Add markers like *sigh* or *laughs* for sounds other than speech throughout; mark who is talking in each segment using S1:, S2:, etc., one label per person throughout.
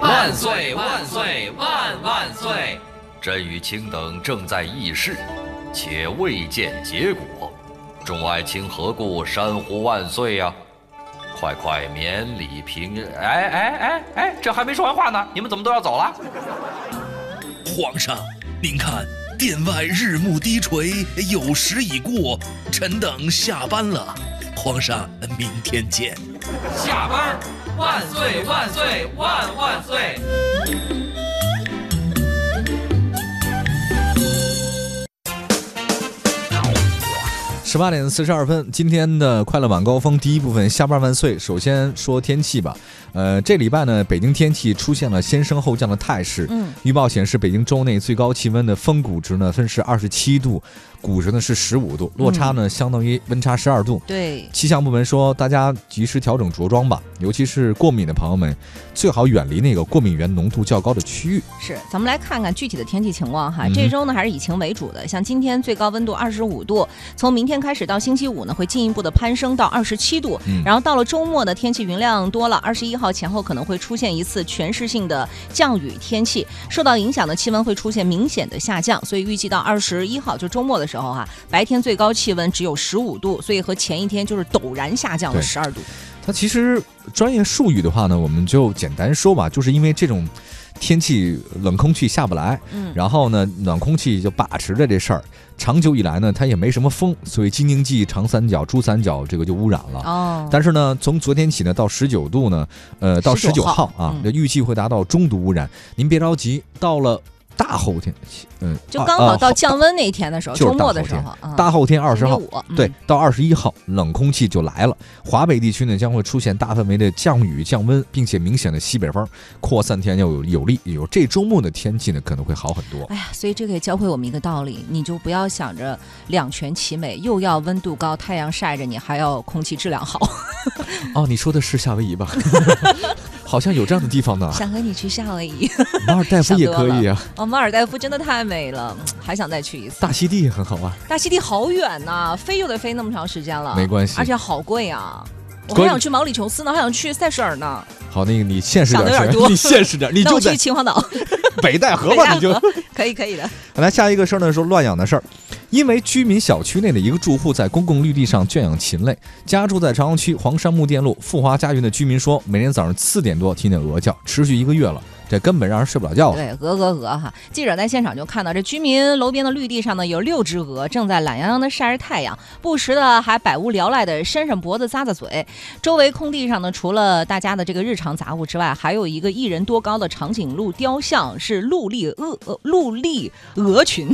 S1: 万岁万岁万万岁！
S2: 朕与卿等正在议事，且未见结果。众哀卿何故山呼万岁呀、快快免礼平！哎哎哎哎，这还没说完话呢，你们怎么都要走了？
S3: 皇上，您看，殿外日暮低垂，酉时已过，臣等下班了。皇上，明天见。
S1: 下班！万岁万岁万万岁！
S4: 十八点四十二分，今天的快乐晚高峰第一部分，下半万岁。首先说天气吧，呃，这礼拜呢，北京天气出现了先升后降的态势。
S5: 嗯，
S4: 预报显示，北京周内最高气温的峰谷值呢分是二十七度，谷值呢是十五度，落差呢相当于温差十二度。
S5: 对，
S4: 气象部门说，大家及时调整着装吧，尤其是过敏的朋友们，最好远离那个过敏源浓度较高的区域。
S5: 是，咱们来看看具体的天气情况哈。
S4: 嗯
S5: 这周呢还是以晴为主的，像今天最高温度二十五度，从明天开始到星期五呢会进一步的攀升到二十七度，
S4: 嗯
S5: 然后到了周末呢天气云量多了，二十一号前后可能会出现一次全市性的降雨天气，受到影响的气温会出现明显的下降，所以预计到二十一号就周末的时候哈、白天最高气温只有十五度，所以和前一天就是陡然下降了
S4: 对
S5: 十二度。
S4: 它其实专业术语的话呢，我们就简单说吧，就是因为这种天气冷空气下不来，
S5: 嗯，
S4: 然后呢暖空气就把持着这事儿，长久以来呢它也没什么风，所以京津冀长三角、珠三角这个就污染了。
S5: 哦，
S4: 但是呢，从昨天起呢，到十九度呢，呃，到十
S5: 19
S4: 九号
S5: 号
S4: 啊，
S5: 嗯
S4: 这预计会达到中度污染。您别着急，到了大后天，嗯，
S5: 就
S4: 啊
S5: 刚好
S4: 啊
S5: 到降温那一天的时候，
S4: 就是
S5: 周末的
S4: 大
S5: 时
S4: 后
S5: 候，啊
S4: 大后天二十号，
S5: 25嗯
S4: 对，到二十一号，冷空气就来了。华北地区呢将会出现大范围的降雨、降温，并且明显的西北风，扩散天要有有力，有这周末的天气呢可能会好很多。
S5: 哎呀，所以这个也教会我们一个道理，你就不要想着两全其美，又要温度高、太阳晒着你，还要空气质量好。
S4: 哦，你说的是夏威
S5: *laughs*
S4: 夷吧？好像有这样的地方呢，
S5: 想和你去夏威夷， *laughs*
S4: 马尔代夫也可
S5: 想
S4: 以
S5: 多
S4: 啊，
S5: 哦，马尔代夫真的太美了，嗯还想再去一次。
S4: 大溪地也很好啊玩。
S5: 大溪地好远呐、飞又得飞那么长时间了，
S4: 没关系
S5: 而且好贵啊。我还
S4: 关
S5: 想去毛里求斯呢，还想去塞舌尔呢。
S4: 好，那个你现实
S5: 想
S4: 点
S5: 得
S4: 儿行
S5: 有点多
S4: *laughs* 你现实点儿，你
S5: 那
S4: 就
S5: 我去
S4: 在
S5: 秦皇岛， *laughs*
S4: 北戴河
S5: 北
S4: 吧，
S5: 戴
S4: 你就
S5: 河。可以可以的。
S4: 来下一个事儿呢，说乱养的事儿。因为居民小区内的一个住户在公共绿地上圈养禽类，家住在朝阳区黄山木店路富华家园的居民说，每天早上四点多听见鹅叫，持续一个月了，这根本让人睡不了觉啊。
S5: 对，鹅鹅鹅哈！记者在现场就看到，这居民楼边的绿地上呢，有六只鹅正在懒洋洋的晒着太阳，不时的还百无聊赖的伸伸脖子、咂咂嘴。周围空地上呢，除了大家的这个日常杂物之外，还有一个一人多高的长颈鹿雕像，是陆立鹅呃陆立鹅群。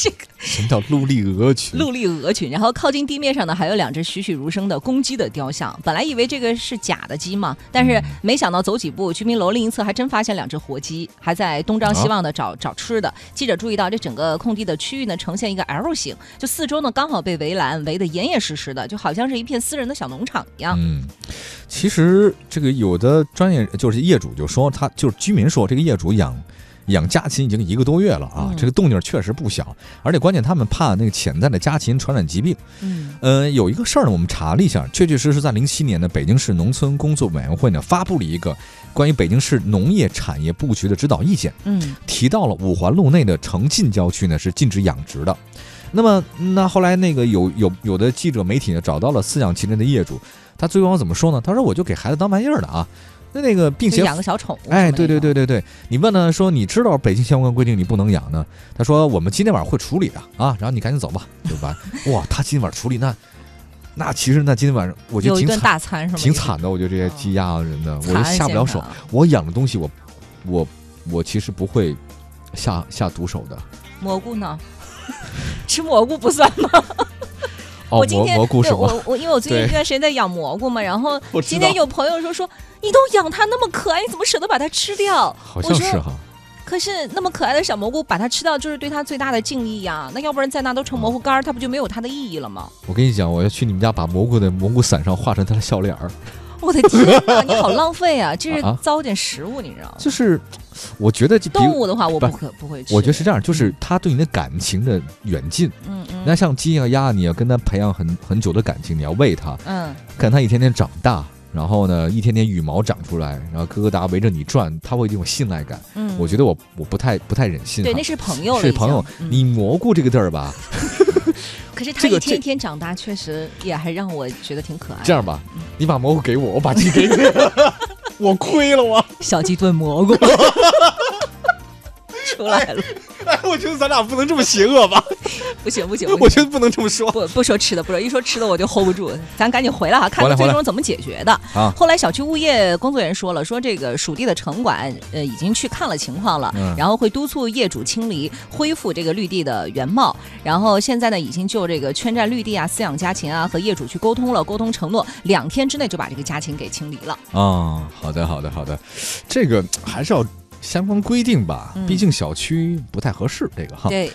S5: 这个
S4: 什么叫陆立鹅群？
S5: 陆立鹅群，然后靠近地面上呢，还有两只栩栩如生的公鸡的雕像。本来以为这个是假的鸡嘛，但
S4: 嗯
S5: 是没想到走几步，居民楼另一侧还真发现两只活鸡，还在东
S4: 啊
S5: 张西望的找、找吃的。记者注意到，这整个空地的区域呢，呈现一个 L 型，就四周呢刚好被围栏围得严严实实的，就好像是一片私人的小农场一样。
S4: 嗯，其实这个有的专业就是业主就说他就是居民说这个业主养养家禽已经一个多月了啊，
S5: 嗯
S4: 这个动静确实不小，而且关键他们怕那个潜在的家禽传染疾病。
S5: 嗯，
S4: 呃，有一个事儿呢，我们查了一下，确确实实在零七年呢，北京市农村工作委员会呢发布了一个关于北京市农业产业布局的指导意见，
S5: 嗯，
S4: 提到了五环路内的城进郊区呢是禁止养殖的。那么，那后来那个有有有的记者媒体呢找到了饲养禽类的业主，他最后怎么说呢？他说我就给孩子当玩意儿的啊，那那个并
S5: 就
S4: 且
S5: 养个小宠物。
S4: 哎，对对，对对对，你问呢？说你知道北京相关规定你不能养呢？他说我们今天晚上会处理的啊，然后你赶紧走吧， *laughs* 对吧？哇，他今晚处理那，那其实那今天晚上我觉得
S5: 有
S4: 挺
S5: 一顿
S4: 惨，
S5: 大餐是吗？
S4: 挺惨的。我觉得这些鸡鸭啊人的，我就
S5: 嗯惨
S4: 下不了手
S5: 现。场
S4: 我养的东西我，我我其实不会下下毒手的。
S5: 蘑菇呢？ *laughs* 吃蘑菇不算吗？
S4: 哦
S5: 我，今
S4: 蘑
S5: 天
S4: 蘑菇啊
S5: 对
S4: 是吗？
S5: 我我因为我最近
S4: 对
S5: 这段时间在养蘑菇嘛，然后
S4: 我知
S5: 今天
S4: 道
S5: 有朋友说说你都养它那么可爱，你怎么舍得把它吃掉？
S4: 好像是哈。
S5: 可是那么可爱的小蘑菇，把它吃掉就是对它最大的敬意呀、那要不然在那都成蘑菇干儿，它不就没有它的意义了吗？
S4: 我跟你讲，我要去你们家把蘑菇的蘑菇伞上画成他的笑脸儿。
S5: 我的天哪，你好浪费啊！这是
S4: 啊
S5: 糟践食物，你知道吗？
S4: 就是，我觉得就比
S5: 动物的话，我不
S4: 不
S5: 可不会吃。
S4: 我觉得是这样，就是他对你的感情的远近。
S5: 嗯
S4: 那啊
S5: 嗯
S4: 像鸡呀、鸭，你要跟它培养很很久的感情，你要喂它，
S5: 嗯，
S4: 看它一天天长大，然后呢，一天天羽毛长出来，然后疙疙瘩围着你转，它会有一种信赖感。
S5: 嗯，
S4: 我觉
S5: 得
S4: 得我我不太不太忍心哈。
S5: 对，那是朋友了，
S4: 是
S5: 已经
S4: 朋友，
S5: 嗯
S4: 你蘑菇这个字儿吧，
S5: 可是他
S4: 这个
S5: 一天
S4: 这
S5: 一天长大，确实也还让我觉得挺可爱的。
S4: 这样吧，你把蘑菇给我，我把鸡给你， *laughs* 我亏了我。
S5: 小鸡炖
S4: *laughs*
S5: 蘑菇出来了，
S4: 哎，我觉得咱俩不能这么邪恶吧？
S5: 不行不行，
S4: *laughs* 我觉得不能这么说。
S5: 不不说吃的，不说一说吃的我就 hold 不住，咱赶紧回来啊，看
S4: 回来
S5: 看
S4: 回
S5: 最
S4: 来
S5: 终怎么解决的。
S4: 啊
S5: 后来小区物业工作人员说了，说这个属地的城管呃已经去看了情况了，
S4: 嗯
S5: 然后会督促业主清理，恢复这个绿地的原貌。然后现在呢，已经就这个圈占绿地啊、饲养家禽啊和业主去沟通了，沟通承诺两天之内就把这个家禽给清理了。
S4: 啊、好的，好的，好的，这个还是要相关规定吧，
S5: 嗯
S4: 毕竟小区不太合适，这个哈。
S5: 对，